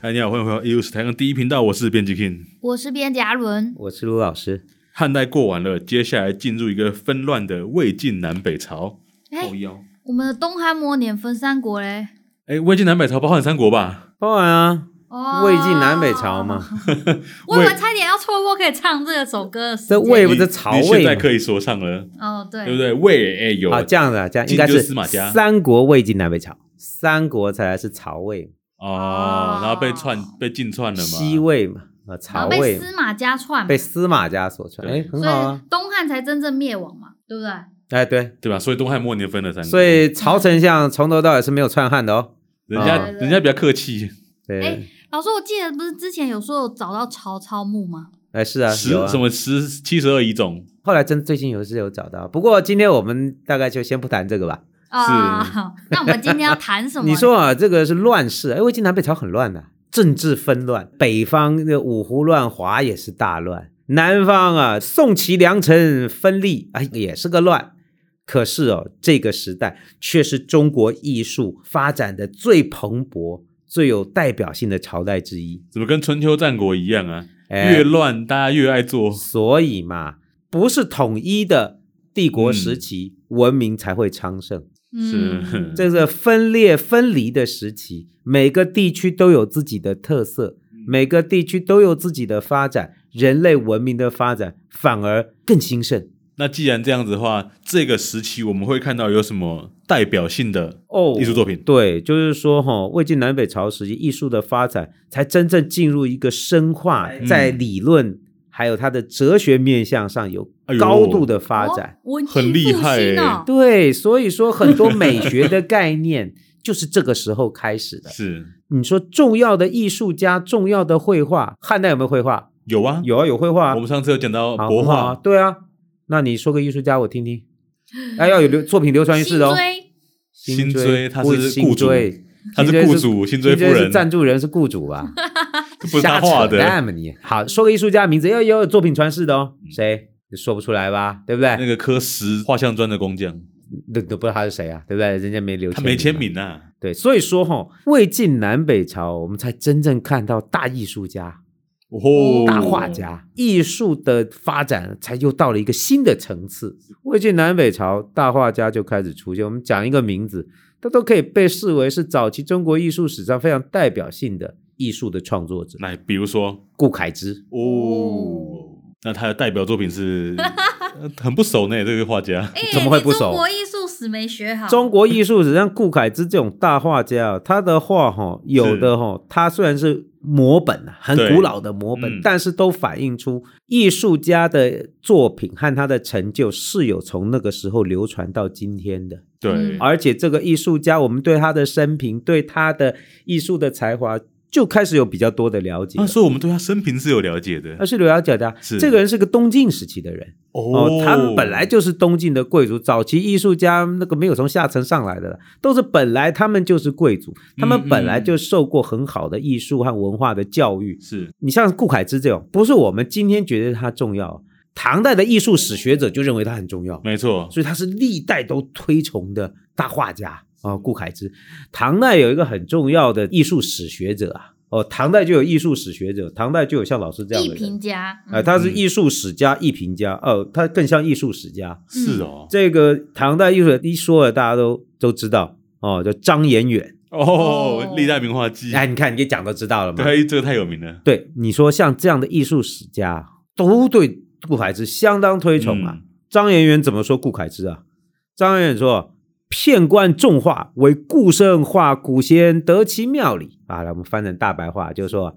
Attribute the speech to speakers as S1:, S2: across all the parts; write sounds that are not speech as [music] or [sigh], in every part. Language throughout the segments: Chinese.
S1: 嗨，你好，欢迎回到 EUS 台港第一频道，我是编辑 King。
S2: 我是编辑阿伦，
S3: 我是卢老师。
S1: 汉代过完了，接下来进入一个纷乱的魏晋南北朝。哦
S2: 哎、
S3: 哦
S1: 腰。
S2: 我们的东汉末年分三国嘞。
S1: 哎，魏晋南北朝包含三国吧？
S3: 当然啊，
S2: 哦，
S3: 魏晋南北朝嘛，，
S2: 我以为
S1: 魏
S2: 差一点要错过可以唱这首歌的时
S3: 这
S2: 间
S3: 魏哎不
S1: 你
S3: 是曹
S1: 你现
S3: 魏
S1: 在
S3: 吗
S1: 可以说唱了，
S2: 哦，对
S1: 对不对？魏哎有
S3: 啊，这样子啊，这样
S1: 晋
S3: 应该
S1: 就是
S3: 是
S1: 司马家
S3: 三国、魏晋、南北朝，三国才是曹魏、
S1: 哦，然后被串
S2: 哦
S1: 被晋串了嘛？
S3: 啊西魏嘛，啊，
S2: 然
S3: 曹
S2: 后被
S3: 魏
S2: 司马家串，
S3: 被司马家所传，
S1: 对
S3: 哎，很
S2: 所
S3: 好啊，
S2: 以东汉才真正灭亡嘛，对不对？
S3: 哎，对，
S1: 对吧？所以东汉末年分了三国，
S3: 所以曹丞相从头到尾是没有篡汉的哦，
S1: 人家、
S2: 啊
S1: 人家比较客气，
S2: 哎
S3: 对，
S2: 老师，我记得不是之前有说有找到曹操墓吗？
S3: 哎，是啊，
S1: 十、
S3: 有啊
S1: 什，么十七十二遗种，
S3: 后来真最近有是有找到，不过今天我们大概就先不谈这个吧。
S2: 啊， [laughs] 那我们今天要谈什么？
S3: [laughs] 你说啊，这个是乱世，哎，魏晋南北朝很乱的、政治纷乱，北方的五胡乱华也是大乱，南方啊宋齐梁陈分立，哎，也是个乱。可是哦，这个时代却是中国艺术发展的最蓬勃、最有代表性的朝代之一。
S1: 怎么跟春秋战国一样啊？
S3: 哎
S1: 越乱大家越爱做，
S3: 所以嘛，不是统一的帝国时
S1: 嗯
S3: 期，文明才会昌盛。
S1: 是
S2: 嗯，
S3: 这个分裂分离的时期，每个地区都有自己的特色，
S1: 嗯
S3: 每个地区都有自己的发展，人类文明的发展反而更兴盛
S1: 那既然这样子的话，这个时期我们会看到有什么代表性的
S3: 哦
S1: 艺术作品？
S3: 对，就是说哈、魏晋南北朝时期艺术的发展才真正进入一个深化，
S1: 哎
S3: 在
S1: 嗯
S3: 理论还有它的哲学面向上有
S1: 哎呦
S3: 高度的发展。
S2: 哦，文艺
S1: 很厉
S2: 复
S3: 欸
S1: 害
S2: 兴哦
S3: 对，所以说很多美学的概念就是这个时候开始的。
S1: 是
S3: 你说重要的艺术家、重要的绘画，汉代有没有绘画？
S1: 有啊，
S3: 有啊，有绘画啊
S1: 我。们上次有讲到
S3: 好
S1: 国
S3: 很好
S1: 画，
S3: 啊对啊。那你说个艺术家我听听，哎，要有流作品流传于世
S2: 辛
S3: 的哦。
S2: 追
S1: 辛追他
S3: 不
S1: 是
S3: 辛
S1: 雇主
S3: 追
S1: 他是
S3: 辛追
S1: 雇主辛追夫
S3: 是
S1: 人
S3: 赞助人是雇主吧？
S1: 这 [laughs] 不是他画
S3: 瞎扯淡
S1: 的。
S3: 嘛你好，说个艺术家名字，要要有作品传世的哦。谁？你说不出来吧？对不
S1: 嗯那
S3: 对？
S1: 个刻石画像砖的工匠，
S3: 都都不知道他是谁啊？对不对？人家没留，
S1: 他没签
S3: 名嘛。
S1: 名啊，
S3: 对，所以说哈、魏晋南北朝，我们才真正看到大艺术家、
S1: 哦，
S3: 大画家，嗯艺术的发展才又到了一个新的层次。魏晋南北朝，大画家就开始出现。我们讲一个名字，他都可以被视为是早期中国艺术史上非常代表性的艺术的创作者，
S1: 来，比如说
S3: 顾恺之。
S1: 哦，那他的代表作品是呃很不熟呢，这个画家。
S2: 哎
S3: 怎么会不熟
S2: 你中国艺术史没学好，
S3: 中国艺术史像顾恺之这种大画家啊，他的画哈、有的哈、他虽然是摹本啊，很
S1: 对
S3: 古老的摹本，
S1: 嗯
S3: 但是都反映出艺术家的作品和他的成就是有从那个时候流传到今天的。
S1: 对，
S3: 而且这个艺术家，我们对他的生平、对他的艺术的才华，就开始有比较多的了解了
S1: 啊，。所以我们对他生平是有了解
S3: 那
S1: 的。
S3: 是刘小姐的啊，
S1: 是
S3: 这个人是个东晋时期的人哦，他们本来就是东晋的贵族，早期艺术家那个没有从下层上来的啦，都是本来他们就是贵族，
S1: 嗯
S3: 他们本来就受过很好的艺术和文化的教育。
S1: 是
S3: 你像顾恺之这种，不是我们今天觉得他重要，唐代的艺术史学者就认为他很重要，
S1: 没错，
S3: 所以他是历代都推崇的大画家啊、顾恺之。唐代有一个很重要的艺术史学者啊，哦，唐代就有艺术史学者，唐代就有像老师这样
S2: 艺
S3: 的
S2: 评
S3: 人。
S2: 家，嗯
S3: 呃，他是艺术史家、艺评家，呃，他更像艺术史家。
S1: 是哦，
S3: 这个唐代艺术一说了，大家都都知道哦，叫张彦远。
S1: 哦，历代名画记，
S3: 哎，你看，你讲都知道了嘛。
S1: 对，这个太有名了。
S3: 对，你说像这样的艺术史家，都对顾恺之相当推崇啊。
S1: 嗯
S3: 张彦远怎么说顾恺之啊？张彦远说：“片观众画，为故圣画古贤，得其妙理。”啊，我们翻成大白话就是说，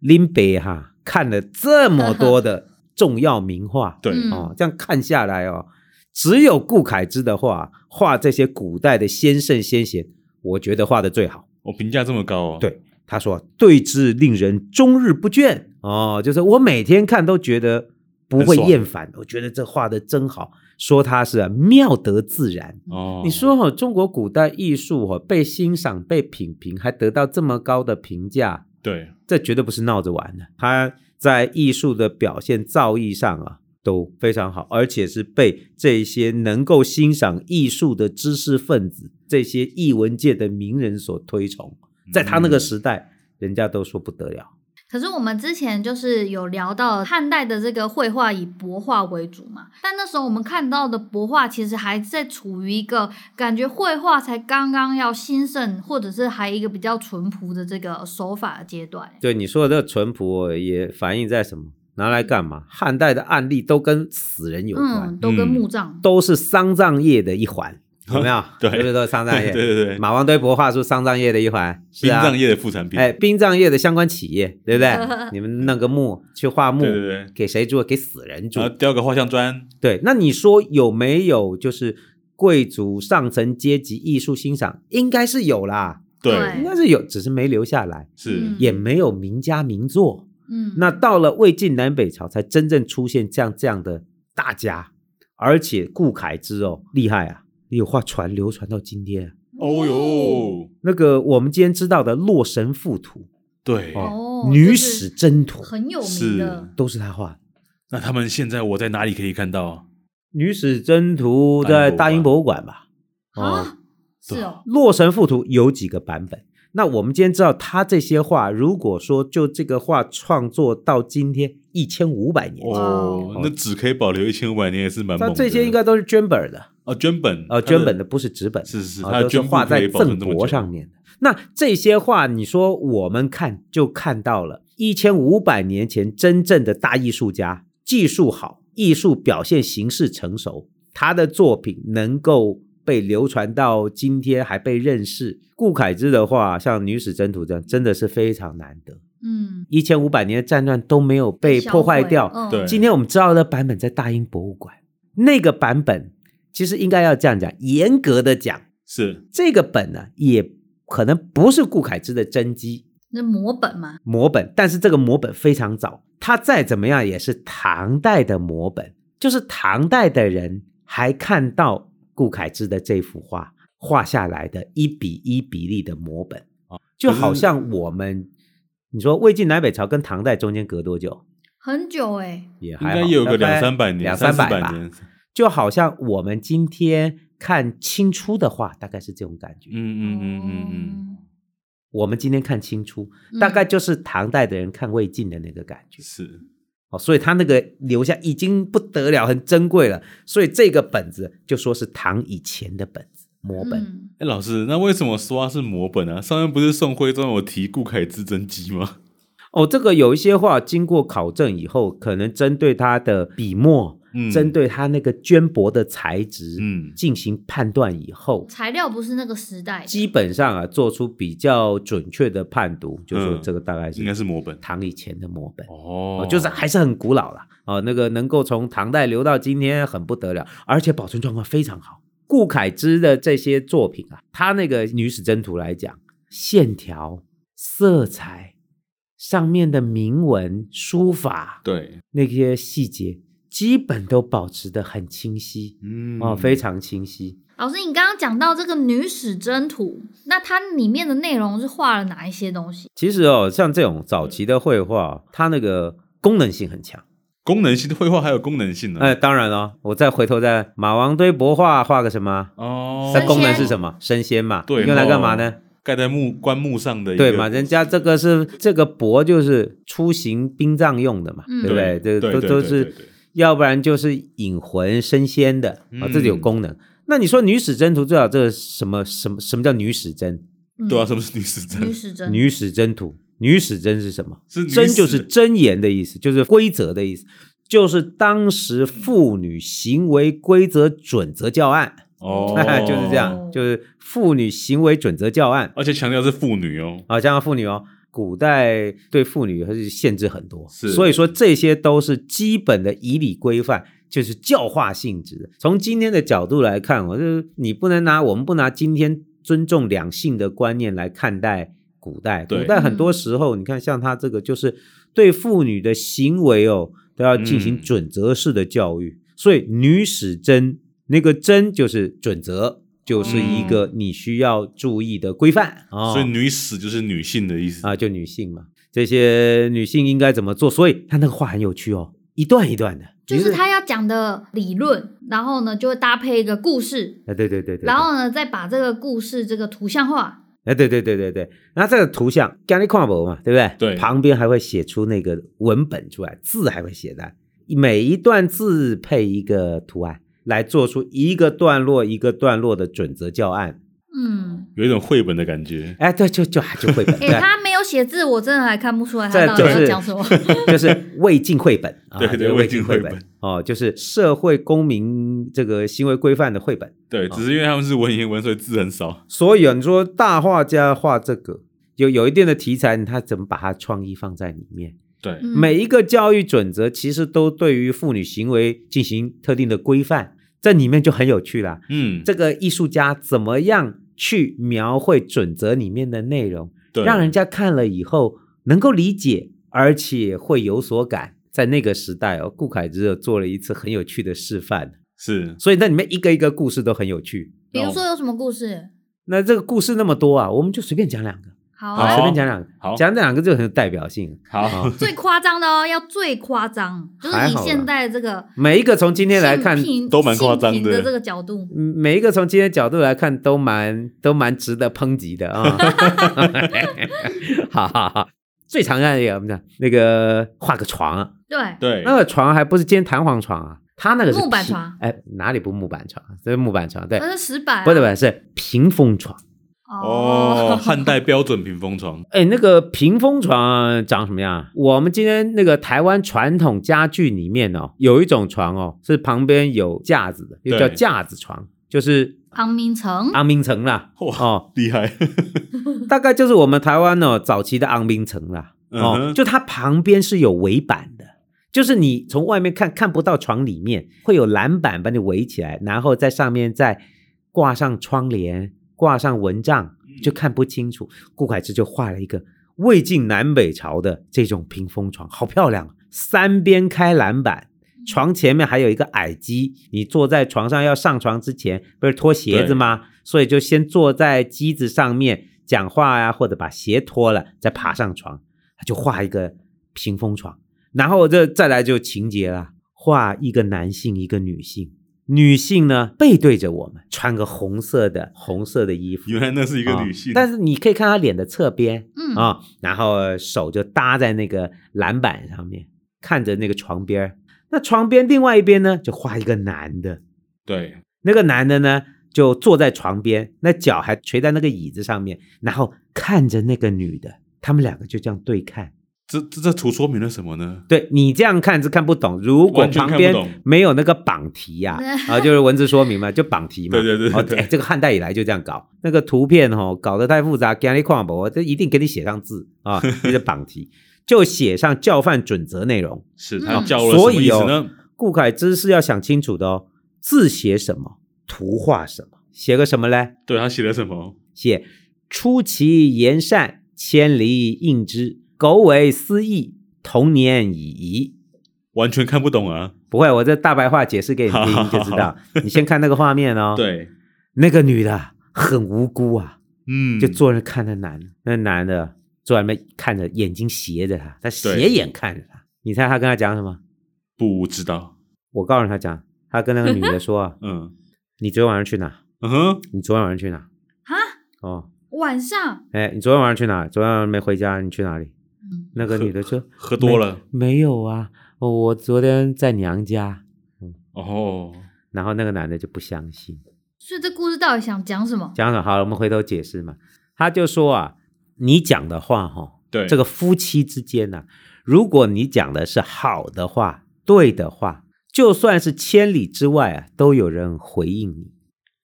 S3: 林北哈看了这么多的重要名画
S1: 对，
S2: 嗯
S3: 哦，这样看下来哦，只有顾恺之的画，画这些古代的先圣先贤，我觉得画的最好。
S1: 我评价这么高哦。
S3: 对他说：“对之令人终日不倦哦，就是我每天看都觉得不会
S1: 很爽
S3: 厌烦，我觉得这画的真好。说他是啊妙得自然。
S1: 哦，
S3: 你说哦，中国古代艺术哦被欣赏、被品评，还得到这么高的评价，
S1: 对，
S3: 这绝对不是闹着玩的。他在艺术的表现造诣上啊都非常好，而且是被这些能够欣赏艺术的
S1: 嗯
S3: 知识分子、这些艺文界的名人所推崇。在他那个时代，人家都说不得了。
S2: 可是我们之前就是有聊到汉代的这个绘画以帛画为主嘛，但那时候我们看到的帛画其实还在处于一个感觉绘画才刚刚要兴盛，或者是还一个比较淳朴的这个手法的阶段。
S3: 对你说的这个淳朴，也反映在什么？拿来干嘛？汉代的案例都跟死人有关，
S2: 嗯，都跟
S1: 嗯
S2: 墓葬，
S3: 都是丧葬业的
S1: [laughs]
S3: 一环，有没有？
S1: 对
S3: 是不是都是丧葬
S1: 对 [laughs]
S3: 业？
S1: 对对，
S3: 马王堆帛画是不是丧葬业的一环，是
S1: 殡
S3: 啊
S1: 葬。业的副产品，
S3: 哎，殡葬业的相关企业，对不对？
S2: [laughs]
S3: 你们弄个墓去画墓，
S1: 对对啊对，
S3: 给谁住？给死人住
S1: 然。后雕个画像砖，
S3: 对，那你说有没有就是贵族上层阶级艺术欣赏？应该是有啦，
S1: 对
S2: 对，
S3: 应该是有，只是没留下来，
S1: 是
S2: 嗯
S3: 也没有名家名作。
S2: 嗯，
S3: 那到了魏晋南北朝，才真正出现这样这样的大家，而且顾恺之哦，厉害啊，有画传流传到今天啊。
S1: 哦哟，
S3: 那个我们今天知道的《洛神赋图
S1: 对，
S2: 哦》，
S3: 女史箴图
S2: 就是》很有名
S1: 是
S2: 的，。
S3: 都是他画的。
S1: 那他们现在我在哪里可以看到？
S3: 女史箴图在大
S1: 大
S3: 英
S1: 英
S3: 博物馆吧？哦
S2: 啊，是哦，
S3: 洛神赋图有几个版本？那我们今天知道他这些画，如果说就这个画创作到今天一千五百年，
S1: 哦，那只可以保留一千五百年，也是蛮
S3: 那
S1: 猛的。
S3: 这些应该都是捐本儿的，
S1: 哦，捐本
S3: 呃，捐本的，不是纸本，
S1: 是是是
S3: 啊
S1: 它的
S3: 都是
S1: 绢布
S3: 画
S1: 可
S3: 在
S1: 以保存
S3: 赠
S1: 这么久
S3: 帛上面的。那这些画，你说我们看就看到了一千五百年前真正的大艺术家，技术好，艺术表现形式成熟，他的作品能够被流传到今天，还被认识。顾恺之的画，像《女史箴图》这样，真的是非常难得。
S2: 嗯，
S3: 一千五百年的战乱都没有被破坏掉，
S2: 销毁
S1: 对
S3: 今天我们知道的版本在大英博物馆，那个版本其实应该要这样讲，严格的讲，
S1: 是
S3: 这个本呢也可能不是顾恺之的真迹
S2: 那摹本嘛，
S3: 摹本，但是这个摹本非常早，它再怎么样也是唐代的摹本，就是唐代的人还看到顾恺之的这幅画画下来的一比一比例的摹本，
S1: 哦
S3: 就好像我们你说魏晋南北朝跟唐代中间隔多久？
S2: 很久哎，
S3: 也还
S1: 应
S3: 好
S1: 该也有个
S3: 大概
S1: 两三百年，
S3: 两
S1: 三
S3: 三
S1: 四百
S3: 百吧。
S1: 年，
S3: 就好像我们今天看清初的画，大概是这种感觉。
S1: 嗯嗯
S2: 哦
S1: 嗯嗯嗯，
S3: 我们今天看清初，
S2: 嗯
S3: 大概就是唐代的人看魏晋的那个感觉、
S1: 是
S3: 哦，所以他那个留下已经不得了，很珍贵了。所以这个本子就说是唐以前的本子，摹本。
S2: 嗯
S1: 哎，老师，那为什么说它是摹本啊？上面不是宋徽宗有提顾恺之真迹
S3: [laughs]
S1: 吗？
S3: 哦，这个有一些画经过考证以后，可能针对他的笔墨，
S1: 嗯，
S3: 针，对他那个绢帛的材质，
S1: 嗯
S3: 进行判断以后，
S2: 材料不是那个时代的，
S3: 基本上啊，做出比较准确的判读，就说这个大概
S1: 嗯
S3: 是
S1: 应该是摹本。
S3: 唐以前的摹本，
S1: 哦
S3: 哦，就是还是很古老了哦。那个能够从唐代留到今天，很不得了，而且保存状况呃非常好。顾恺之的这些作品啊，他那个《女史箴图》来讲，线条、色彩、上面的铭文、书法
S1: 对，
S3: 那些细节，基本都保持得很清晰
S1: 嗯
S3: 哦，非常清晰。
S2: 老师，你刚刚讲到这个《女史箴图》，那它里面的内容是画了哪一些东西？
S3: 其实哦，像这种早期的绘画，它那个功能性很强。
S1: 功能性绘画还有功能性呢。
S3: 哎，当然了、我再回头再马王堆帛画画个什么？
S1: 哦，
S3: 它功能是什么？升仙嘛，
S1: 对
S3: 用来干嘛呢？
S1: 盖在木棺木上的一个
S3: 对嘛，人家这个是这个帛就是出行殡葬用的嘛，
S2: 嗯
S3: 对不对？这
S1: 对
S3: 个都
S1: 对
S3: 都
S1: 对
S3: 是
S1: 对，对
S3: 要不然就是引魂升仙的啊，
S1: 嗯
S3: 这里有功能。那你说女史箴图最好这个什么什么什么叫女史箴？
S2: 嗯
S1: 对啊，，什么是女史
S2: 女
S1: 真？
S2: 史箴，
S3: 女史箴图，女史箴是什么？
S1: 是女
S3: 箴就是
S1: 史
S3: 箴言的意思，就是规则的意思，就是当时妇女行为规则准则教案， [laughs]
S1: 哦
S3: 就是这样，就是妇女行为准则教案
S1: 而且强调是妇女哦，
S3: 啊，加上妇女哦。古代对妇女还是限制很多，
S1: 是
S3: 所以说这些都是基本的以礼规范，就是教化性质的。从今天的角度来看，我就是你不能拿我们不拿今天尊重两性的观念来看待古代，古
S1: 对
S3: 代很多时候你看像他这个就是对妇女的行为哦都要进行
S1: 嗯
S3: 准则式的教育，所以女史箴那个箴就是准则。就是一个你需要注意的规范啊、
S1: 嗯
S3: 哦
S1: 所以女史就是女性的意思。
S3: 啊，就女性嘛，这些女性应该怎么做？所以她那个话很有趣哦，一段一段的，
S2: 就是他要讲的理论，然后呢就会搭配一个故事，
S3: 啊，对对对对，
S2: 然后呢再把这个故事这个图像化，
S3: 哎，对对对对对，那这个图像干你跨博嘛，对不对？
S1: 对
S3: 旁边还会写出那个文本出来，字还会写在，每一段字配一个图案，来做出一个段落一个段落的准则教案。
S2: 嗯，
S1: 有一种绘本的感觉。
S3: 哎，对，就就就绘本，
S2: [laughs] 诶、
S3: 对，
S2: 他没有写字，我真的还看不出来他
S3: 这
S2: 到底
S3: 就
S2: 要
S3: 是
S2: 讲什么。
S3: [laughs] 就是魏晋绘本啊，
S1: 对对
S3: 就是
S1: 魏
S3: 魏
S1: 晋
S3: 晋
S1: 绘
S3: 绘
S1: 本
S3: 本哦，就是社会公民这个行为规范的绘本。
S1: 对，只是因为他们是文言文，所以字很少。
S3: 所以啊，你说大画家画这个，有有一定的题材，他怎么把他创意放在里面？
S1: 对，
S2: 嗯
S3: 每一个教育准则其实都对于妇女行为进行特定的规范，这里面就很有趣啦。
S1: 嗯，
S3: 这个艺术家怎么样去描绘准则里面的内容，
S1: 对，
S3: 让人家看了以后能够理解，而且会有所感。在那个时代哦，顾恺之有做了一次很有趣的示范，
S1: 是
S3: 所以那里面一个一个故事都很有趣。
S2: 比如说有什么故事？
S3: 那这个故事那么多啊，我们就随便讲两个，
S2: 好
S1: 好
S3: 啊，随
S2: 啊，
S3: 便讲两个
S1: 好，
S3: 讲两个就很有代表性。
S1: 好
S3: 好，
S2: 最夸张的哦，要最夸张，就是
S3: 还
S2: 以
S3: 好啦
S2: 现在这个
S3: 每一个从今天来看
S2: 性，平
S1: 都蛮夸张的
S2: 性平的这个角度。
S3: 嗯每一个从今天角度来看，都蛮都蛮值得抨击的
S1: [laughs]
S3: 啊。好好好，最常见的一个我们讲那个画个床啊，
S2: 对，
S1: 对
S3: 那个床还不是尖弹簧床啊，它那个是
S2: 木板
S3: 平
S2: 床，
S3: 哎，哪里不木板床？啊这是木板床，对，
S2: 那是石板、啊，
S3: 不是不是是屏风床。
S1: 哦，汉代标准屏风床，
S3: 哎，那个屏风床长什么样啊？我们今天那个台湾传统家具里面哦，有一种床哦，是旁边有架子的，又叫
S1: 对
S3: 架子床，就是
S2: 庞明城，
S3: 安明城啦。
S1: 哇
S3: 哦，
S1: 厉害， [laughs]
S3: 大概就是我们台湾哦早期的昂滨城啦，
S1: 嗯
S3: 哦，
S1: 哼
S3: 就它旁边是有围板的，就是你从外面看看不到床里面，会有栏板把你围起来，然后在上面再挂上窗帘，挂上蚊帐，就
S1: 嗯
S3: 看不清楚。顾恺之就画了一个魏晋南北朝的这种屏风床，好漂亮啊，三边开栏板。床前面还有一个矮机，你坐在床上要上床之前，不是脱鞋子吗？所以就先坐在机子上面讲话呀、或者把鞋脱了，再爬上床，他就画一个屏风床。然后这再来就情节啦，画一个男性一个女性，女性呢背对着我们，穿个红色的红色的衣服，
S1: 原来那是一
S3: 一
S1: 个女性，
S3: 啊哦但是你可以看她脸的侧边，
S2: 嗯
S3: 啊、然后手就搭在那个栏板上面，看着那个床边儿。那床边另外一边呢，就画一个男的，
S1: 对，
S3: 那个男的呢就坐在床边，那脚还垂在那个椅子上面，然后看着那个女的，他们两个就这样对看。
S1: 这这这图说明了什么呢？
S3: 对你这样看是看不懂，如果
S1: 完全看不
S3: 旁边
S1: 懂
S3: 没有那个榜题呀、啊，就是文字说明嘛，就榜题嘛。
S1: 对对对对
S3: 哦，哎这个汉代以来就这样搞，那个图片哦搞得太复杂，给你看不，这一定给你写上字
S1: [laughs]
S3: 啊，这是榜题，就写上教范准则内容。
S1: 是
S2: 嗯
S1: 他叫了什么意思呢？
S3: 顾恺之是要想清楚的哦，字写什么，图画什么，写个什么嘞？
S1: 对他写了什么？
S3: 写出其言善，千里应之，苟为思义，童年已矣。
S1: 完全看不懂啊！
S3: 不会，我这大白话解释给你听
S1: 好
S3: 就知道。 [laughs] 你先看那个画面哦。，
S1: 啊对，
S3: 那个女的很无辜啊，
S1: 嗯，
S3: 就坐那看那男的，那男的坐在那边看着，眼睛斜着她，他斜眼看着她。你猜他跟他讲什么？
S1: 不知道，
S3: 我告诉他讲，他跟那个女的
S1: [laughs]
S3: 说啊
S1: 嗯：“
S3: 你昨天晚上去哪？
S1: 嗯哼，
S3: 你昨天晚上去哪
S2: 啊，？”
S3: 哦，
S2: 晚上
S3: 哎，你昨天晚上去哪？昨天晚上没回家，你去哪里
S2: 嗯？
S3: 那个女的说
S1: 喝多了：“
S3: 没有啊，哦我昨天在娘家。
S1: 哦，”
S3: 然后那个男的就不相信。
S2: 所以这故事到底想讲什么？
S3: 讲什么？好，我们回头解释嘛。他就说啊，你讲的话哈、
S1: 对，
S3: 这个夫妻之间呢、如果你讲的是好的话、对的话，就算是千里之外啊，都有人回应你。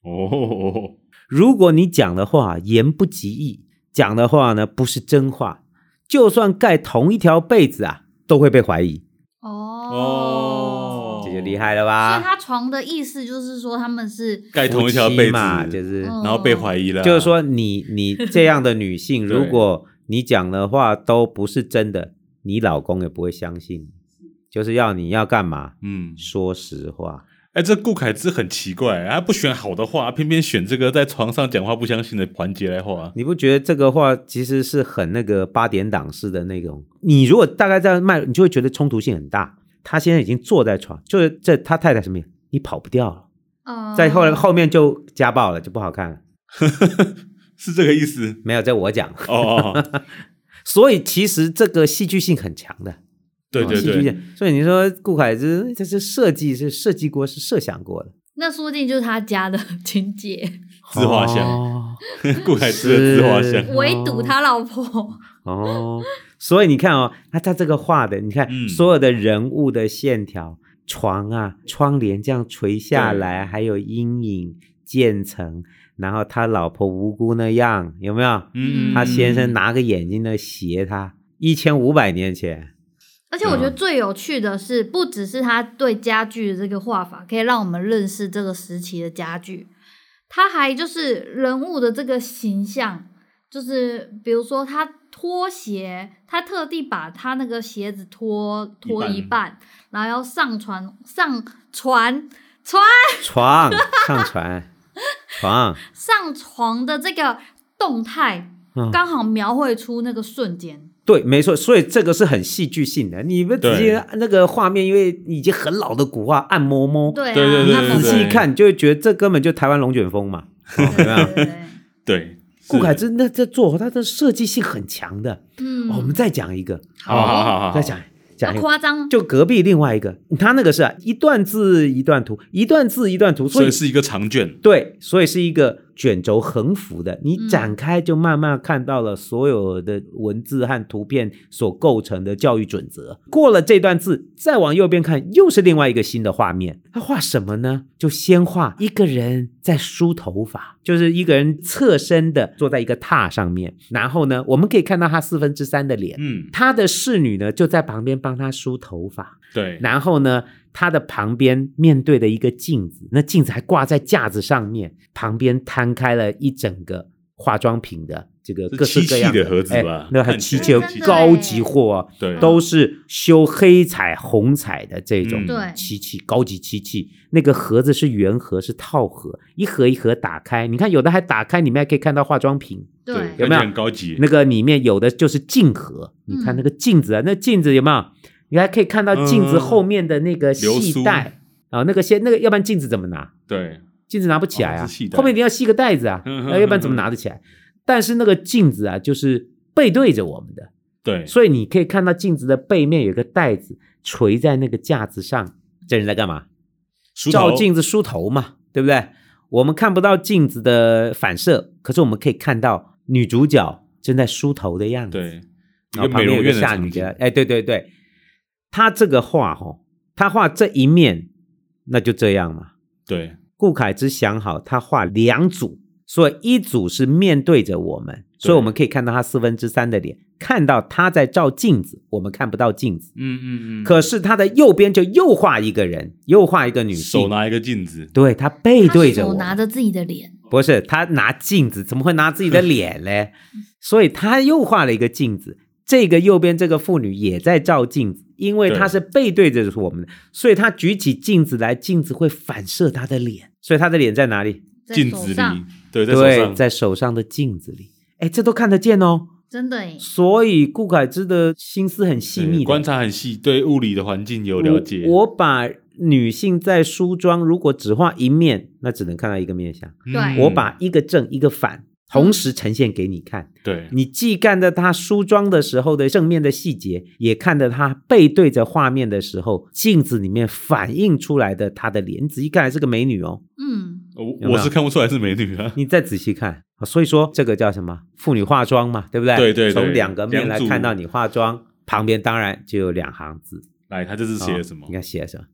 S1: 哦，
S3: 如果你讲的话言不及义，讲的话呢不是真话，就算盖同一条被子啊，都会被怀疑。
S1: 哦
S3: 这就厉害了吧？
S2: 所以他床的意思就是说他们是
S1: 盖同一条被
S3: 夫妻
S1: 子
S3: 嘛，就是、
S2: 嗯
S1: 然后被怀疑了，
S3: 就是说你你这样的女性，
S1: 啊对
S3: 如果你讲的话都不是真的，你老公也不会相信。就是要你要干嘛？
S1: 嗯，
S3: 说实话，
S1: 哎，这顾恺之很奇怪，他不选好的话，偏偏选这个在床上讲话不相信的环节来画。
S3: 你不觉得这个话其实是很那个八点档式的那种？你如果大概在卖，你就会觉得冲突性很大。他现在已经坐在床，就是这他太太什么呀？你跑不掉了。
S2: 呃，
S3: 再后来后面就家暴了，就不好看了。
S1: 是这个意思。
S3: 没有，在我讲。
S1: 哦哦，哦
S3: 所以其实这个戏剧性很强的，
S1: 对对
S3: 哦戏剧
S1: 对，
S3: 性。所以你说顾恺之，这是设计是设计过，是设想过的。
S2: 那说不定就是他家的情节，
S1: 自画像
S3: 哦
S1: 顾恺之的自画像
S3: 是，
S2: 围堵他老婆。
S3: 哦，所以你看哦，他他这个画的，你看、
S1: 嗯
S3: 所有的人物的线条、床啊、窗帘这样垂下来，还有阴影渐层，然后他老婆无辜那样，有没有？
S1: 嗯，嗯
S3: 他先生，拿个眼睛那斜他，一千五百年前，
S2: 而且我
S1: 嗯
S2: 觉得最有趣的是，不只是他对家具的这个画法，可以让我们认识这个时期的家具，他还就是人物的这个形象，就是比如说他拖鞋，他特地把他那个鞋子脱脱一
S1: 一半
S2: 半，然后要上船上船船
S3: 床上船，床，
S2: 上床的这个动态
S3: 嗯，
S2: 刚好描绘出那个瞬间。
S3: 对，没错，所以这个是很戏剧性的。你们直接那个画面，因为已经很老的古画，按摩摸，
S2: 对啊，
S1: 对对对
S2: 那
S3: 仔
S2: 种
S3: 细一看你就会觉得这根本就台湾龙卷
S1: [laughs]
S3: 风嘛。哦
S2: 对对对对，
S1: 对，
S3: 顾恺
S1: 凯，
S3: 之那这做他的设计性很强的。
S2: 嗯，
S3: 哦我们再讲一个，
S1: 好好好好，
S3: 再讲讲一
S2: 要
S3: 个，
S2: 夸张，
S3: 就隔壁另外一个，他那个是啊，一段字一段图，一段字一段图，所
S1: 所
S3: 以
S1: 以是一个长卷，
S3: 对，所以是一个卷轴横幅的，你
S2: 嗯
S3: 展开就慢慢看到了所有的文字和图片所构成的教育准则。过了这段字，再往右边看，又是另外一个新的画面。他画什么呢？就先画一个人在梳头发，就是一个人侧身的坐在一个榻上面，然后呢，我们可以看到他四分之三的脸。
S1: 嗯，
S3: 他的侍女呢，就在旁边帮他梳头发。
S1: 对，
S3: 然后呢，他的旁边面对的一个镜子，那镜子还挂在架子上面，旁边摊开了一整个化妆品的这个
S1: 是
S3: 各式各样
S1: 漆器的盒子吧
S3: 哎、那很
S1: 看
S3: 漆
S1: 起嗯
S3: 器有
S2: 来
S3: 高级货、哦，
S1: 对
S3: 都是修黑彩、红彩的这种
S1: 嗯
S2: 对
S3: 漆器，高级漆器。那个盒子是圆盒，是套盒，一盒一盒打开，你看有的还打开，里面还可以看到化妆品。
S2: 对，
S3: 有
S1: 感
S3: 没
S1: 觉
S3: 有
S1: 很高级？
S3: 那个里面有的就是镜盒，
S2: 嗯
S3: 你看那个镜子啊，那镜子有没有？你还可以看到镜子
S1: 嗯
S3: 后面的那个
S1: 流
S3: 系
S1: 苏
S3: 带啊、那个先那个，要不然镜子怎么拿？
S1: 对，
S3: 镜子拿不起来
S1: 哦
S3: 啊
S1: 是系，带
S3: 后面一定要系个带子啊，
S1: 嗯
S3: 那要不然怎么拿得起来？但是那个镜子啊，就是背对着我们的，
S1: 对，
S3: 所以你可以看到镜子的背面有一个带子垂在那个架子上，这人在干嘛？
S1: 梳头
S3: 照镜子梳头嘛，对不对？我们看不到镜子的反射，可是我们可以看到女主角正在梳头的样子。
S1: 对，一个
S3: 然后旁
S1: 美
S3: 边
S1: 容
S3: 有个
S1: 院的
S3: 下女
S1: 场景
S3: 的，，哎，对对对，他这个画哈、哦，他画这一面，那就这样嘛。
S1: 对，
S3: 顾恺之想好，他画两组，所以一组是面对着我们，所以我们可以看到他四分之三的脸，看到他在照镜子，我们看不到镜子。
S1: 嗯嗯嗯，
S3: 可是他的右边就又画一个人，又画一个女
S1: 手
S3: 性，
S1: 拿一个镜子，
S3: 对他背对
S2: 他
S3: 着
S2: 手
S3: 我，
S2: 拿着自己的脸，
S3: 不是他拿镜子，怎么会拿自己的脸嘞？
S1: [laughs]
S3: 所以他又画了一个镜子。这个右边这个妇女也在照镜子，因为
S1: 对
S3: 她是背对着我们的，所以她举起镜子来，镜子会反射她的脸，所以她的脸在哪里？
S2: 在
S1: 镜
S2: 手
S1: 子里
S2: 上，，
S1: 对，在手
S3: 对，
S1: 上，
S3: 在手上的镜子里。哎，这都看得见哦。
S2: 真的耶
S3: 所以顾恺之的心思很细
S1: 对
S3: 密的，
S1: 观察很细，对物理的环境有了解。
S3: 我我把女性在梳妆，如果只画一面，那只能看到一个面相。
S1: 嗯
S2: 对
S3: 我把一个正一个反同时呈现给你看。
S1: 对
S3: 你既看着他梳妆的时候的正面的细节，也看着他背对着画面的时候，镜子里面反映出来的她的脸。你仔细看，还是个美女哦。
S2: 嗯，
S1: 我
S3: 有
S1: 我是看不出来是美女
S3: [laughs]
S1: 啊，
S3: 你再仔细看，所以说这个叫什么？妇女化妆嘛，对不对？
S1: 对对对
S3: 从两个面
S1: 两
S3: 来
S1: 组
S3: 看到你化妆，旁边当然就有两行字。
S1: 来，他这是写
S3: 哦
S1: 了什么
S3: 你？看写了什么？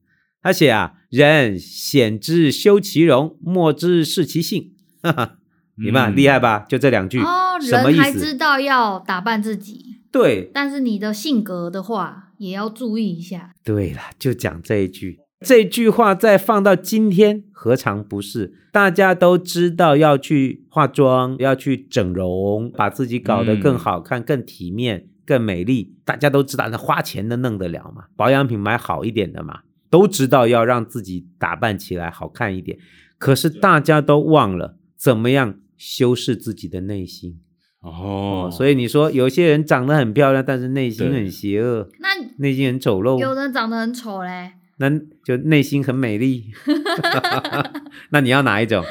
S3: 他写啊，人显之修其容，莫之视其性。哈哈，你们、
S1: 嗯
S3: 厉害吧？就这两句，
S2: 哦，
S3: 什么
S2: 人
S3: 意
S2: 还
S3: 思
S2: 知？道要打扮自己，
S3: 对，
S2: 但是你的性格的话，也要注意一下。
S3: 对了，就讲这一句。这句话再放到今天，何尝不是？大家都知道要去化妆，要去整容，把自己搞得
S1: 嗯
S3: 更好看、更体面、更美丽。大家都知道，那花钱能弄得了吗？保养品买好一点的嘛，都知道要让自己打扮起来好看一点。可是大家都忘了怎么样修饰自己的内心
S1: 哦，
S3: 所
S1: 以
S3: 以你说有些人长得很漂亮，但是内心
S1: 对
S3: 很邪恶，
S2: 那
S3: 内心很丑陋。
S2: 有人长得很丑嘞，
S3: [laughs] 那就内心很美丽。那你要哪一种？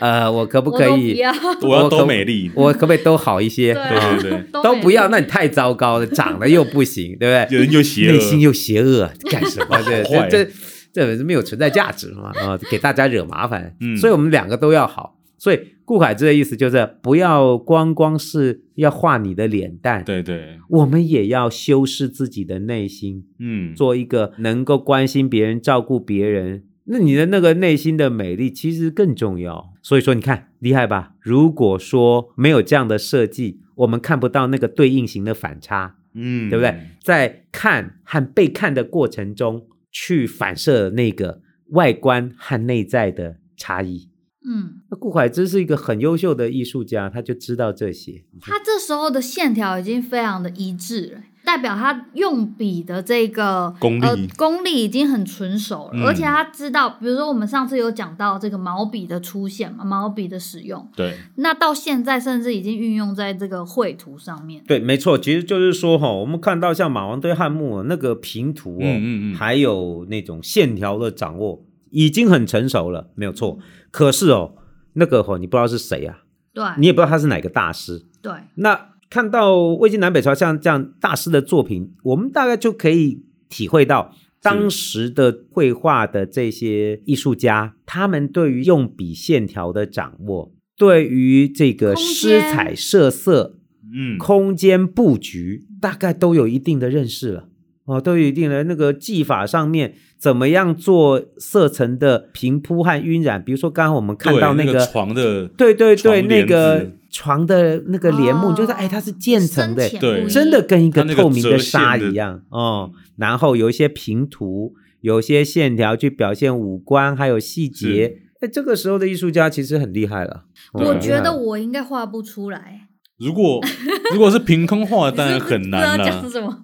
S3: 呃，我可不
S2: 我
S3: 可
S2: 都不
S3: 以？ [laughs]
S2: 要，
S3: 我
S1: 我要
S3: 可
S1: 都美丽，
S3: 我可不可以都好一些？
S2: 对
S3: 啊
S1: 对对
S2: 都
S3: 都
S2: 没
S3: 不要，
S2: 事
S3: 那你太糟糕了，长得又不行，对不
S1: 有人又邪
S3: 对？内心
S1: 恶，
S3: 又邪恶，干什
S1: [laughs]
S3: 么？这
S1: 好坏
S3: 这这这没有存在价值嘛？啊，给大家惹麻烦。
S1: 嗯
S3: 所以我们两个都要好。所以顾凯之的意思就是，不要光光是要画你的脸蛋，
S1: 对对，
S3: 我们也要修饰自己的内心，
S1: 嗯，
S3: 做一个能够关心别人、照顾别人。那你的那个内心的美丽其实更重要。所以说，你看厉害吧？如果说没有这样的设计，我们看不到那个对应型的反差，
S1: 嗯，
S3: 对不对？在看和被看的过程中，去反射那个外观和内在的差异。
S2: 嗯，
S3: 那顾恺之是一个很优秀的艺术家，他就知道这些。
S2: 他这时候的线条已经非常的一致了，代表他用笔的这个
S1: 功力
S2: 呃、功力已经很纯熟了，
S1: 嗯
S2: 而且他知道，比如说我们上次有讲到这个毛笔的出现嘛，毛笔的使用，
S1: 对？
S2: 那到现在甚至已经运用在这个绘图上面。
S3: 对，没错，其实就是说哈、我们看到像马王堆汉墓那个平图哦，
S1: 嗯嗯嗯
S3: 还有那种线条的掌握，已经很成熟了，没有错。可是哦，那个哦，你不知道是谁啊，
S2: 对
S3: 你也不知道他是哪个大师。
S2: 对，
S3: 那看到魏晋南北朝像这样大师的作品，我们大概就可以体会到当时的绘画的这些艺术家，他们对于用笔线条的掌握，对于这个
S2: 空间
S3: 色彩设色
S1: 嗯，
S3: 空间布局大概都有一定的认识了。哦，都有一定的那个技法上面怎么样做色层的平铺和晕染，比如说刚刚我们看
S1: 对
S3: 到那
S1: 个
S3: 个，
S1: 床的，
S3: 对对对，
S1: 床
S3: 那
S1: 帘子
S3: 个床的那个帘幕，
S2: 哦
S3: 你就是哎，它是渐层的，
S2: 深浅
S1: 对
S2: 不一
S3: 真的跟一个
S1: 它那个
S3: 透明的
S1: 折线
S3: 纱
S1: 的
S3: 一样哦。然后有一些平涂，有一些线条去表现五官，还有细节。哎，这个时候的艺术家其实很厉害了。哦
S2: 我
S3: 很厉
S2: 觉
S3: 害
S2: 得
S3: 了
S2: 我应该画不出来，
S1: 如果 [laughs] 如果是凭空画，当然很
S2: [laughs] 不知
S1: 难了 [laughs]
S2: 道讲。什么。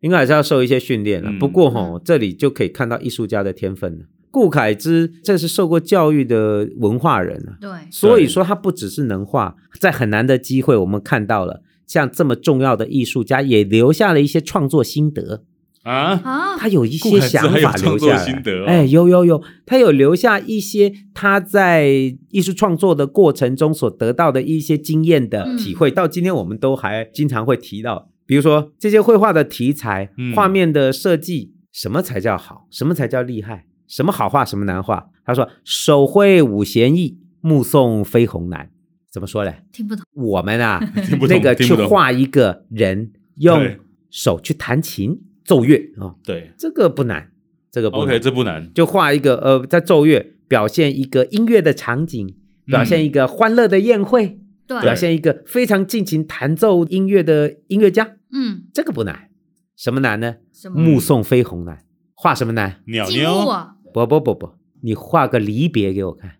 S3: 应该还是要受一些训练了。
S1: 嗯
S3: 不过哈、这里就可以看到艺术家的天分了。顾恺之这是受过教育的文化人啊，
S2: 对，
S3: 所以说他不只是能画，在很难的机会，我们看到了像这么重要的艺术家，也留下了一些创作心得。
S1: 啊， [laughs]
S2: 啊，
S3: 他有一
S1: 顾
S3: 些
S1: 恺之
S3: 想
S1: 还有
S3: 法
S1: 创
S3: 留下
S1: 作
S3: 来，
S1: 心得哦
S3: 哎，有有有，他有留下一些他在艺术创作的过程中所得到的一些经验的体
S1: 嗯
S3: 会，到今天我们都还经常会提到，比如说这些绘画的题材、
S1: 嗯
S3: 画面的设计，什么才叫好，什么才叫厉害，什么好画，什么难画。他说：“手绘五弦易，目送飞鸿难。”怎么说嘞？
S2: 听不懂。
S3: 我们啊
S1: 听 [laughs] 不，懂
S3: 那个
S1: 听
S3: 去
S1: 不懂
S3: 画一个人用
S1: 对
S3: 手去弹琴奏乐啊。哦
S1: 对
S3: 这个不难，这个不难。
S1: ，OK，这不难，
S3: 就画一个呃，在奏乐表现一个音乐的场景，表
S1: 嗯
S3: 现一个欢乐的宴会，表
S2: 对，
S3: 现一个非常尽情弹奏音乐的音乐家，
S2: 嗯，
S3: 这个不难。什么难呢？
S2: 什么？
S1: 嗯
S3: 目送飞鸿难。画什么难？
S1: 鸟
S2: 静物
S1: 鸟
S2: 啊，
S3: 不不不不，你画个离别给我看，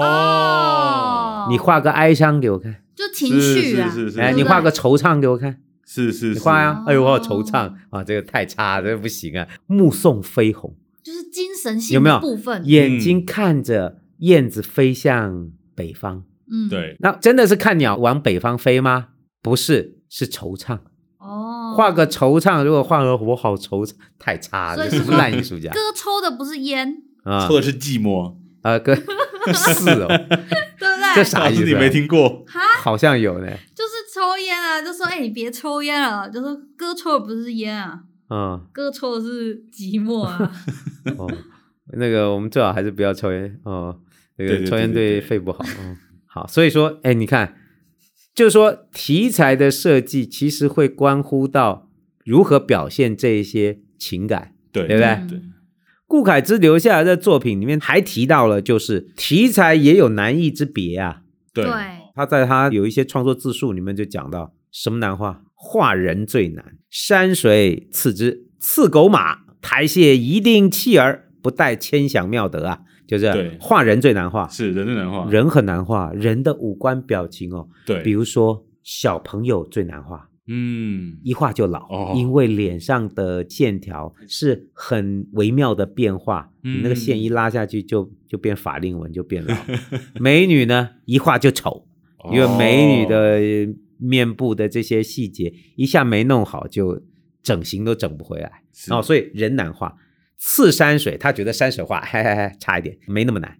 S1: 哦，
S3: 你画个哀伤给我看，
S2: 就情绪啊，
S1: 是是是是
S3: 哎，
S2: 对不
S3: 你
S2: 对
S3: 画个惆怅给我看，
S1: 是是
S3: 你
S1: 是，哦
S3: 画呀、
S2: 是
S3: 哎呦，我好惆怅啊，这个太差了，这个不行啊。目送飞鸿，
S2: 就是精神
S3: 有
S2: 性
S3: 没有
S2: 的部
S1: 嗯
S2: 分，
S3: 眼睛看着燕子飞向北方。
S2: 嗯，，
S1: 对，
S3: 那真的是看鸟往北方飞吗？不是，是惆怅。
S2: 哦，
S3: 画个惆怅，如果画个我好惆怅，太差了，
S2: 所以
S3: 这
S2: 是
S3: 是烂艺术家
S2: 歌抽的不是烟，
S3: 啊
S1: 错的是寂寞，
S3: 啊哥是哦， [laughs]
S2: 对不
S3: 这
S2: 对？
S3: 啥
S1: [laughs]
S3: 意
S1: 是
S3: 思？啊
S1: 你没，听过，
S3: 好像有呢。
S2: 就是抽烟啊，就说哎、你别抽烟了，就说歌抽的不是烟啊，
S3: 嗯，
S2: 歌抽的是寂寞啊，
S3: 哦，那个我们最好还是不要抽烟哦，那
S1: 对
S3: 个
S1: 对
S3: 抽烟
S1: 对对对
S3: 对肺不好。嗯，好，所以说，哎，你看，就是说题材的设计其实会关乎到如何表现这一些情感。
S1: 对
S3: [laughs] 对不对
S2: 嗯
S1: 对，
S3: 顾恺之留下来的作品里面还提到了，就是题材也有难易之别啊。
S1: 对
S3: 他在他有一些创作自述里面就讲到，什么难画？画人最难，山水次之，刺狗马，台榭一定弃儿，不待千祥妙德啊，就是
S1: 对
S3: 画人最难画，
S1: 是人最难画，
S3: 人很难画，人的五官表情哦，
S1: 对，
S3: 比如说小朋友最难画，
S1: 嗯，
S3: 一画就老，
S1: 哦
S3: 因为脸上的线条是很微妙的变化，
S1: 嗯
S3: 你那个线一拉下去就就变法令纹，就
S1: [laughs]
S3: 变老。美女呢，一画就丑，
S1: 哦
S3: 因为美女的呃面部的这些细节一下没弄好，就整形都整不回来。
S1: 哦
S3: 哦，
S1: 是
S3: 所以人难画。次山水，他觉得山水画，嘿嘿嘿，差一点，没那么难。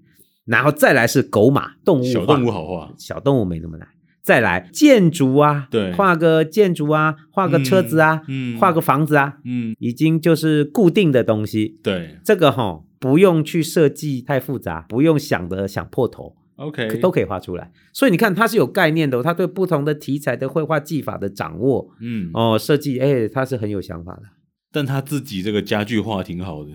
S3: 然后再来是狗马动物画，
S1: 小动物好画，
S3: 小动物没那么难。再来建筑啊，
S1: 对
S3: 画个建筑啊，画个车子啊，
S1: 嗯嗯
S3: 画个房子啊，
S1: 嗯，
S3: 已经就是固定的东西。
S1: 对
S3: 这个哈、不用去设计太复杂，不用想的想破头，可
S1: ，OK，
S3: 都可以画出来。所以你看，它是有概念的哦，它对不同的题材的绘画技法的掌握
S1: 嗯，
S3: 哦，设计哎，它是很有想法的。
S1: 但他自己这个家具画得挺好的，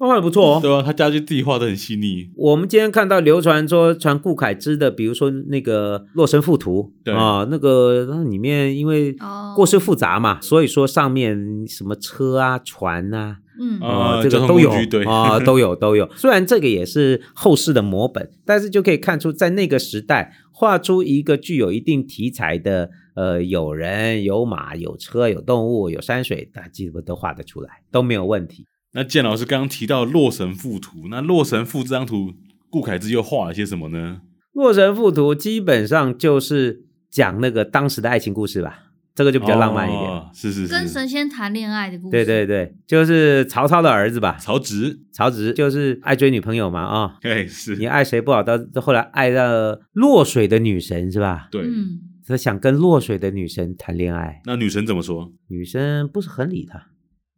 S3: 那画的不错哦。
S1: 对啊，他家具自己画的很细腻，
S3: 我们今天看到流传说传顾恺之的，比如说那个《洛神赋图》
S1: 对
S3: 啊，那个那里面因为
S2: 哦，
S3: 过，式复杂嘛，所以说上面什么车啊、船啊，
S2: 嗯，
S1: 啊
S3: 啊、
S1: 呃
S3: 这
S1: 交
S3: 个
S1: 通
S3: 都有
S1: 工具对
S3: 啊、都有都有。虽然这个也是后世的模本，但是就可以看出，在那个时代画出一个具有一定题材的，呃，有人、有马、有车、有动物、有山水，大家基本都画得出来，都没有问题。
S1: 那建老师刚刚提到《洛神赋图》，那《洛神赋》这张图，顾恺之又画了些什么呢？
S3: 《洛神赋图》基本上就是讲那个当时的爱情故事吧，这个就比较浪漫一点。
S1: 哦是是
S2: 跟
S1: 是。
S2: 神仙谈恋爱的故事，
S3: 对对对，就是曹操的儿子吧，
S1: 曹植，
S3: 曹植就是爱追女朋友嘛啊、
S1: 哎，是
S3: 你，爱谁不好，到到后来爱到洛水的女神是吧？
S1: 对。
S2: 嗯，
S3: 他想跟洛水的女神谈恋爱，
S1: 那女神怎么说？
S3: 女生不是很理他，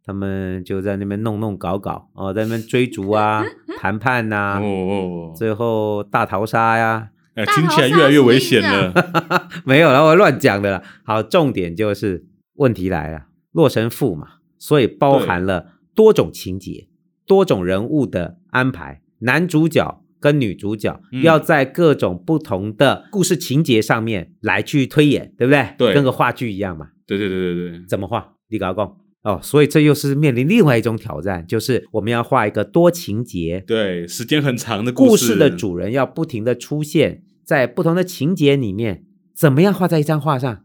S3: 他们就在那边弄弄搞搞哦，在那边追逐啊、谈判呐、
S1: 哦哦，哦
S3: 最后大逃杀呀、
S1: 哎，
S2: 大
S1: 听
S2: 逃
S1: 起来
S2: 杀
S1: 越来
S2: 是啊
S1: 越危
S2: 一
S1: 险
S2: 样
S1: 了。
S3: 没有啦，我乱讲的啦。好，重点就是问题来了，《洛神赋》嘛，所以包含了多种情节、多种人物的安排，男主角跟女主角
S1: 嗯
S3: 要在各种不同的故事情节上面来去推演，对不对？
S1: 对
S3: 跟个话剧一样嘛。
S1: [laughs] 对对对对对，
S3: 怎么画？你搞讲哦，所以这又是面临另外一种挑战，就是我们要画一个多情节
S1: 对，时间很长的
S3: 故
S1: 事
S3: 事的主人要不停的出现在不同的情节里面，怎么样画在一张画上？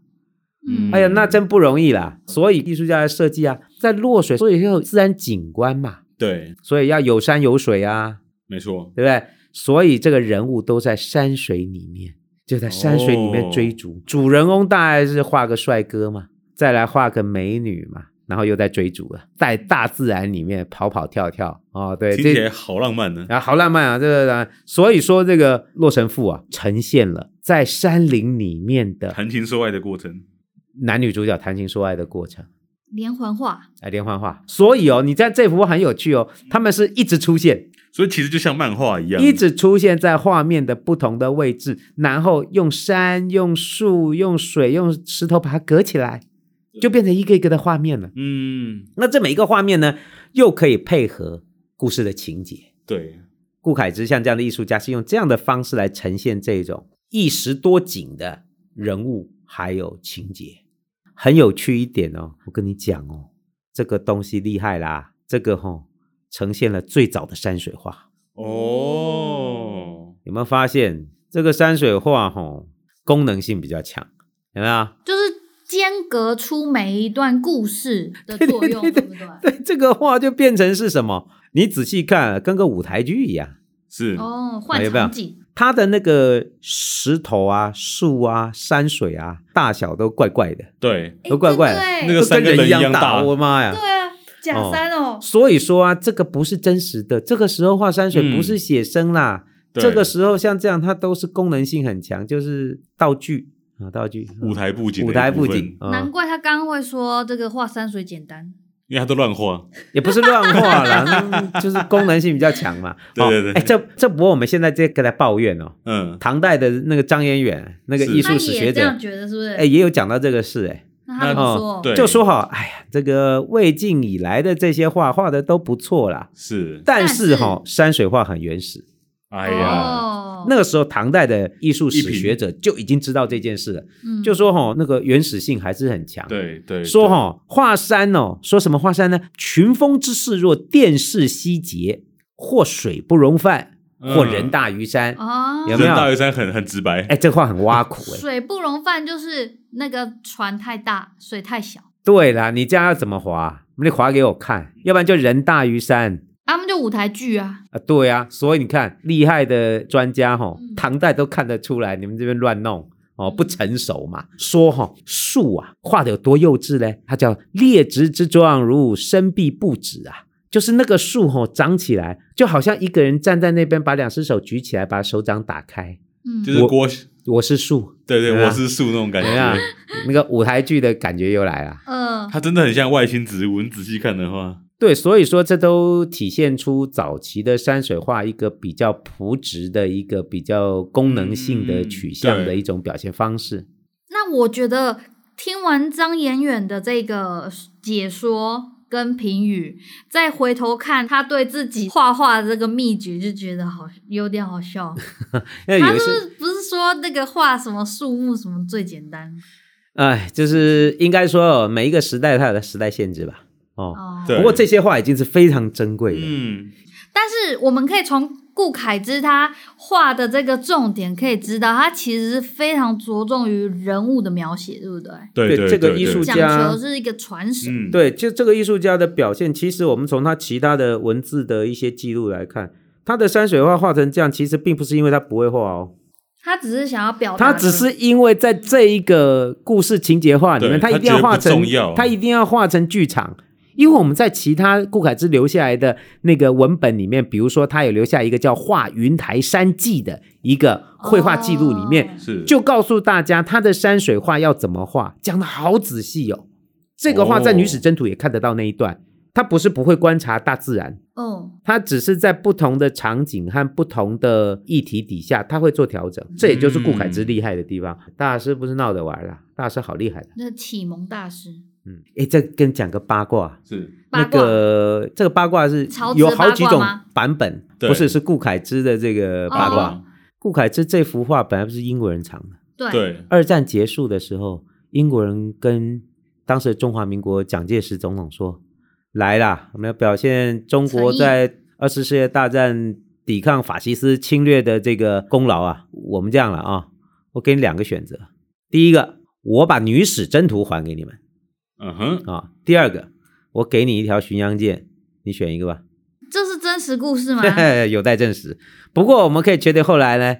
S2: 嗯，
S3: 哎呀，那真不容易啦！所以艺术家的设计啊，在落水，所以要有自然景观嘛，
S1: 对，
S3: 所以要有山有水啊，
S1: 没错，
S3: 对不对？所以这个人物都在山水里面，就在山水里面追逐。
S1: 哦
S3: 主人公大概是画个帅哥嘛，再来画个美女嘛，然后又在追逐了，在大自然里面跑跑跳跳。哦，对，
S1: 听起来
S3: 这
S1: 好浪漫呢。
S3: 啊好浪漫啊！这个啊，所以说这个《洛神赋》啊，呈现了在山林里面的
S1: 谈情说爱的过程，
S3: 男女主角谈情说爱的过程。
S2: 连环画，
S3: 哎，连环画。所以哦，你在这幅画很有趣哦，他们是一直出现，
S1: 所以其实就像漫画一样，
S3: 一直出现在画面的不同的位置，然后用山、用树、用水、用石头把它隔起来，就变成一个一个的画面了。
S1: 嗯，
S3: 那这每一个画面呢，又可以配合故事的情节。
S1: 对，
S3: 顾恺之像这样的艺术家，是用这样的方式来呈现这种一石多景的人物还有情节，很有趣一点哦。我跟你讲哦，这个东西厉害啦，这个哦、呈现了最早的山水画。
S1: 哦，
S3: 有没有发现这个山水画吼、功能性比较强？有没啊有？
S2: 就是间隔出每一段故事的作用，
S3: 对
S2: 对
S3: 对
S2: 不对？
S3: [laughs] 对，这个画就变成是什么？你仔细看，跟个舞台剧一样。
S1: 是，
S2: 哦，
S3: 啊
S2: 换
S3: 有没有
S2: 场景，
S3: 它的那个石头啊、树啊、山水啊，大小都怪怪的。
S1: 对，
S2: 哎
S3: 都怪怪的
S2: 对
S1: 那个
S3: 都跟
S1: 三个人
S3: 人
S1: 一
S3: 样
S1: 样大
S3: 我妈呀！
S2: 对啊，假
S3: 哦
S2: 山哦，
S3: 所以说啊，这个不是真实的，这个时候画山水
S1: 嗯
S3: 不是写生啦，
S1: 对
S3: 这个时候像这样，它都是功能性很强，就是道具啊，道具，
S1: 舞台布景，
S3: 舞台布景，啊
S2: 难，怪他刚刚会说这个画山水简单，
S1: 因为他都乱画，
S3: 也不是乱
S2: [laughs]
S3: 画啦，嗯就是功能性比较强嘛。
S1: 对
S3: 哦
S1: 对对
S3: 哎，这这不过我们现在这个在抱怨哦，
S1: 嗯，
S3: 唐代的那个张彦远那个
S1: 是
S3: 艺
S2: 他
S3: 术史
S2: 也
S3: 学
S2: 这样
S3: 者，
S2: 觉得是不
S3: 哎，
S2: 是？
S3: 也有讲到这个事，哎，
S2: 那他怎么说？
S1: 对
S3: 就说哈，哎呀，这个魏晋以来的这些画画的都不错啦，
S1: 是，
S3: 但
S2: 但
S3: 是
S2: 是
S3: 哈，山水画很原始。
S1: 哎呀，
S2: 哦，
S3: 那个时候，唐代的艺术史
S1: 一品
S3: 学者就已经知道这件事了，
S2: 嗯
S3: 就说哈、那个原始性还是很强。，
S1: 对对，
S3: 说哈、
S1: 对，
S3: 华山哦，说什么华山呢？群峰之势若电视西竭，或水不容泛，
S1: 嗯
S3: 或人大于山。
S2: 哦，
S3: 有没有
S1: 人大于山很很直白，
S3: 哎，这话很挖苦
S2: [laughs]
S3: 哎。
S2: 水不容泛就是那个船太大，水太小，
S3: 对啦，你这样要怎么划？你划给我看，要不然就人大于山。
S2: 他们就舞台剧啊，
S3: 啊，对啊，所以你看，厉害的专家哈、
S2: 嗯
S3: 唐代都看得出来，你们这边乱弄哦，不成熟嘛。说哈、树啊，画的有多幼稚嘞？它叫列直之状，如生必不止啊。就是那个树吼、长起来，就好像一个人站在那边，把两只手举起来，把手掌打开。
S2: 嗯，
S1: 就是
S3: 我
S1: 郭，
S3: 我是树，
S1: 对对，
S3: 对啊
S1: 我是树那种感
S3: 怎么
S1: [laughs]
S3: 样
S1: 觉。？
S3: 那个舞台剧的感觉又来了。
S2: 嗯，
S1: 它真的很像外星植物，你仔细看的话，
S3: 对，所以说这都体现出早期的山水画一个比较朴质的一个比较功能性的取向
S1: 嗯
S3: 的
S1: 对
S3: 一种表现方式。
S2: 那我觉得听完张延远的这个解说跟评语，再回头看他对自己画画的这个秘诀，就觉得好有点好笑。
S3: 那
S2: 他
S3: 有一
S2: 是不
S3: 些
S2: 是不是说那个画什么树木什么最简单？
S3: 哎，就是应该说哦每一个时代它有它时代限制吧。哦，
S2: 哦，
S1: 对
S3: 不过这些画已经是非常珍贵的。
S1: 嗯，
S2: 但是我们可以从顾恺之他画的这个重点可以知道，他其实是非常着重于人物的描写，对不对？
S1: 对
S3: 对
S1: 对，
S3: 这个
S1: 对
S3: 艺
S1: 对
S3: 术
S2: 讲
S3: 家
S2: 求是一个传神。
S1: 嗯，
S3: 对，就这个艺术家的表现，其实我们从他其他的文字的一些记录来看，他的山水画画成这样，其实并不是因为他不会画哦，
S2: 他只是想要表达
S3: 他
S2: 的，
S3: 只是因为在这一个故事情节画里面，
S1: 对
S3: 一定要画
S1: 他觉得
S3: 成
S1: 不重要，
S3: 他一定要画成剧场。因为我们在其他顾恺之留下来的那个文本里面，比如说他有留下一个叫《画云台山记》的一个绘画记录里面，
S2: 哦
S1: 是
S3: 就告诉大家他的山水画要怎么画，讲的好仔细哦。这个画在《
S1: 哦
S3: 女史箴图》也看得到那一段，他不是不会观察大自然，
S2: 哦，
S3: 他只是在不同的场景和不同的议题底下，他会做调整。这也就是顾恺之厉害的地方。大师不是闹着玩啦，大师好厉害的。
S2: 那启蒙大师
S3: 嗯，诶，再跟你讲个八卦，
S1: 是，
S2: 八
S3: 那
S2: 卦、
S3: 个这个八卦是
S2: 曹植
S3: 有
S2: 的八
S3: 好几
S2: 卦
S3: 种
S2: 吗
S3: 版本，
S1: 对
S3: 不是是顾恺之的这个八卦。
S2: 哦
S3: 顾恺之这幅画本来不是英国人藏的。
S2: 对
S1: 对，
S3: 二战结束的时候，英国人跟当时的中华民国蒋介石总统说：“来啦，我们要表现中国
S2: 诚意
S3: 在二次世界大战抵抗法西斯侵略的这个功劳啊！我们这样了啊，我给你两个选择：第一个，我把女史箴图还给你们
S1: 嗯哼，
S3: 啊；第二个，我给你一条巡洋舰，你选一个吧。
S2: 这是真实故
S3: [laughs]
S2: 事吗？
S3: 有待证实。不过我们可以确定，后来呢，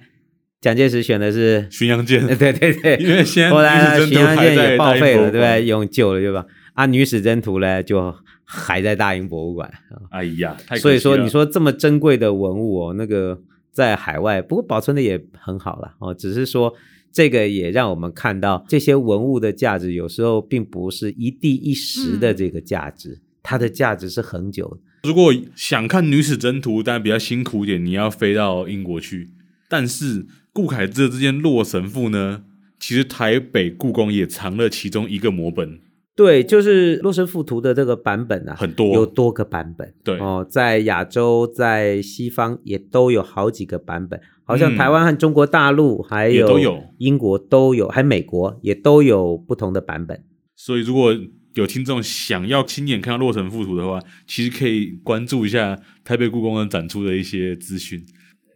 S3: 蒋介石选的是，，
S1: 巡洋舰
S3: [laughs] 对对哎对，
S1: 因为现在
S3: 后来
S1: 女
S3: 呢，
S1: 史
S3: 巡
S1: 箴
S3: 洋
S1: 图还
S3: 舰
S1: 在
S3: 也报
S1: 大英
S3: 废
S1: 博
S3: 了，
S1: 物
S3: 对不
S1: 馆
S3: 对？？用旧了，对吧？啊，女史箴图呢，就还在大英博物馆。
S1: 哎呀，太可
S3: 所以说，
S1: 惜了
S3: 你说这么珍贵的文物哦，那个在海外，不过保存的也很好了哦。只是说，这个也让我们看到这些文物的价值，有时候并不是一地一时的
S2: 嗯
S3: 这个价值，它的价值是恒久的。
S1: 如果想看《女史箴图》，但比较辛苦一点，你要飞到英国去。但是顾恺之的这件《洛神赋》呢，其实台北故宫也藏了其中一个摹本。
S3: 对，就是《洛神赋图》的这个版本啊，
S1: 很多
S3: 有多个版本。
S1: 对
S3: 哦，在亚洲、在西方也都有好几个版本，好
S1: 嗯
S3: 像台湾和中国大陆、还
S1: 也
S3: 有
S1: 都有
S3: 英国都有，还美国也都有不同的版本。
S1: 所以如果有听众想要亲眼看到《洛神赋图》的话，其实可以关注一下台北故宫的展出的一些资讯。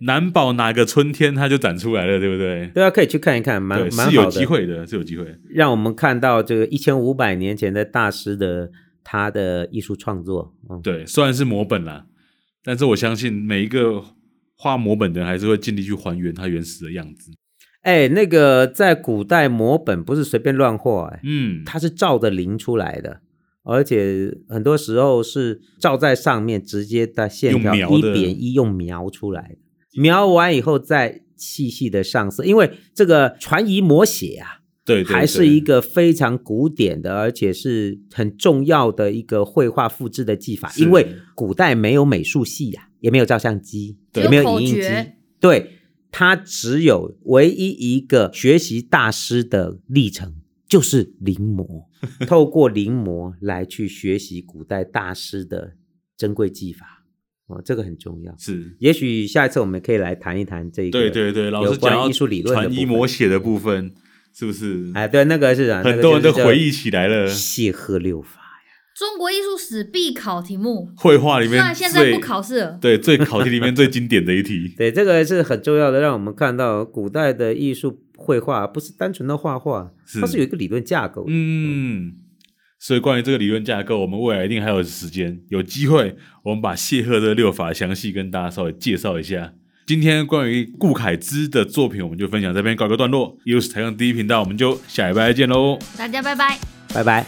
S1: 难保哪个春天它就展出来了，对不对？
S3: 对啊，可以去看一看，蛮
S1: 对，
S3: 蛮
S1: 是
S3: 好
S1: 有
S3: 的，
S1: 机会的，是有机会。
S3: 让我们看到这个一千五百年前的大师的他的艺术创作。嗯，
S1: 对，虽然是摹本啦，但是我相信每一个画摹本的人还是会尽力去还原它原始的样子。
S3: 哎，那个在古代摹本不是随便乱画、哎，
S1: 嗯，
S3: 它是照着灵出来的，而且很多时候是照在上面，直接的线条
S1: 用描
S3: 一
S1: 的
S3: 点一用描出来的，描完以后再细细的上色，因为这个传遗摹写啊，
S1: 对，对
S3: 还是一，个非常古典的，而且是很重要的一个绘画复制的技法，
S1: 是
S3: 因为古代没有美术系呀、也没有照相机，
S1: 对
S3: 也
S2: 只
S3: 没
S2: 有
S3: 有
S2: 口
S3: 影印机
S2: 诀，
S3: 对，它只有唯一一个学习大师的历程。就是临摹，透过临摹来去学习古代大师的珍贵技法，哦，这个很重要
S1: 对。是，
S3: 也许下一次我们可以来谈一谈这个，
S1: 对对对，老
S3: 有
S1: 师讲
S3: 关
S1: 到
S3: 艺术理论的
S1: 传
S3: 部
S1: 医
S3: 分
S1: 摹写的部分，是不是？
S3: 哎，对，那个是啥？
S1: 很多人
S3: 的
S1: 都回忆起来了，
S3: 谢赫六法呀。。
S2: 中国艺术史必考题目，
S1: 绘画里
S2: 虽
S1: 面
S2: 然现在
S1: 最
S2: 不考试了，
S1: 对最考题里面最经典的一题
S3: 对，这个是很重要的，让我们看到古代的艺术绘画不是单纯的画画，
S1: 是
S3: 它是有一个理论架构的。
S1: 嗯，所以关于这个理论架构，我们未来一定还有时间，有机会我们把谢赫的六法详细跟大家稍微介绍一下。今天关于顾恺之的作品，我们就分享这边告一个段落。又是台上第一频道，我们就下礼拜再见喽。
S2: 大家拜拜。
S3: 拜拜。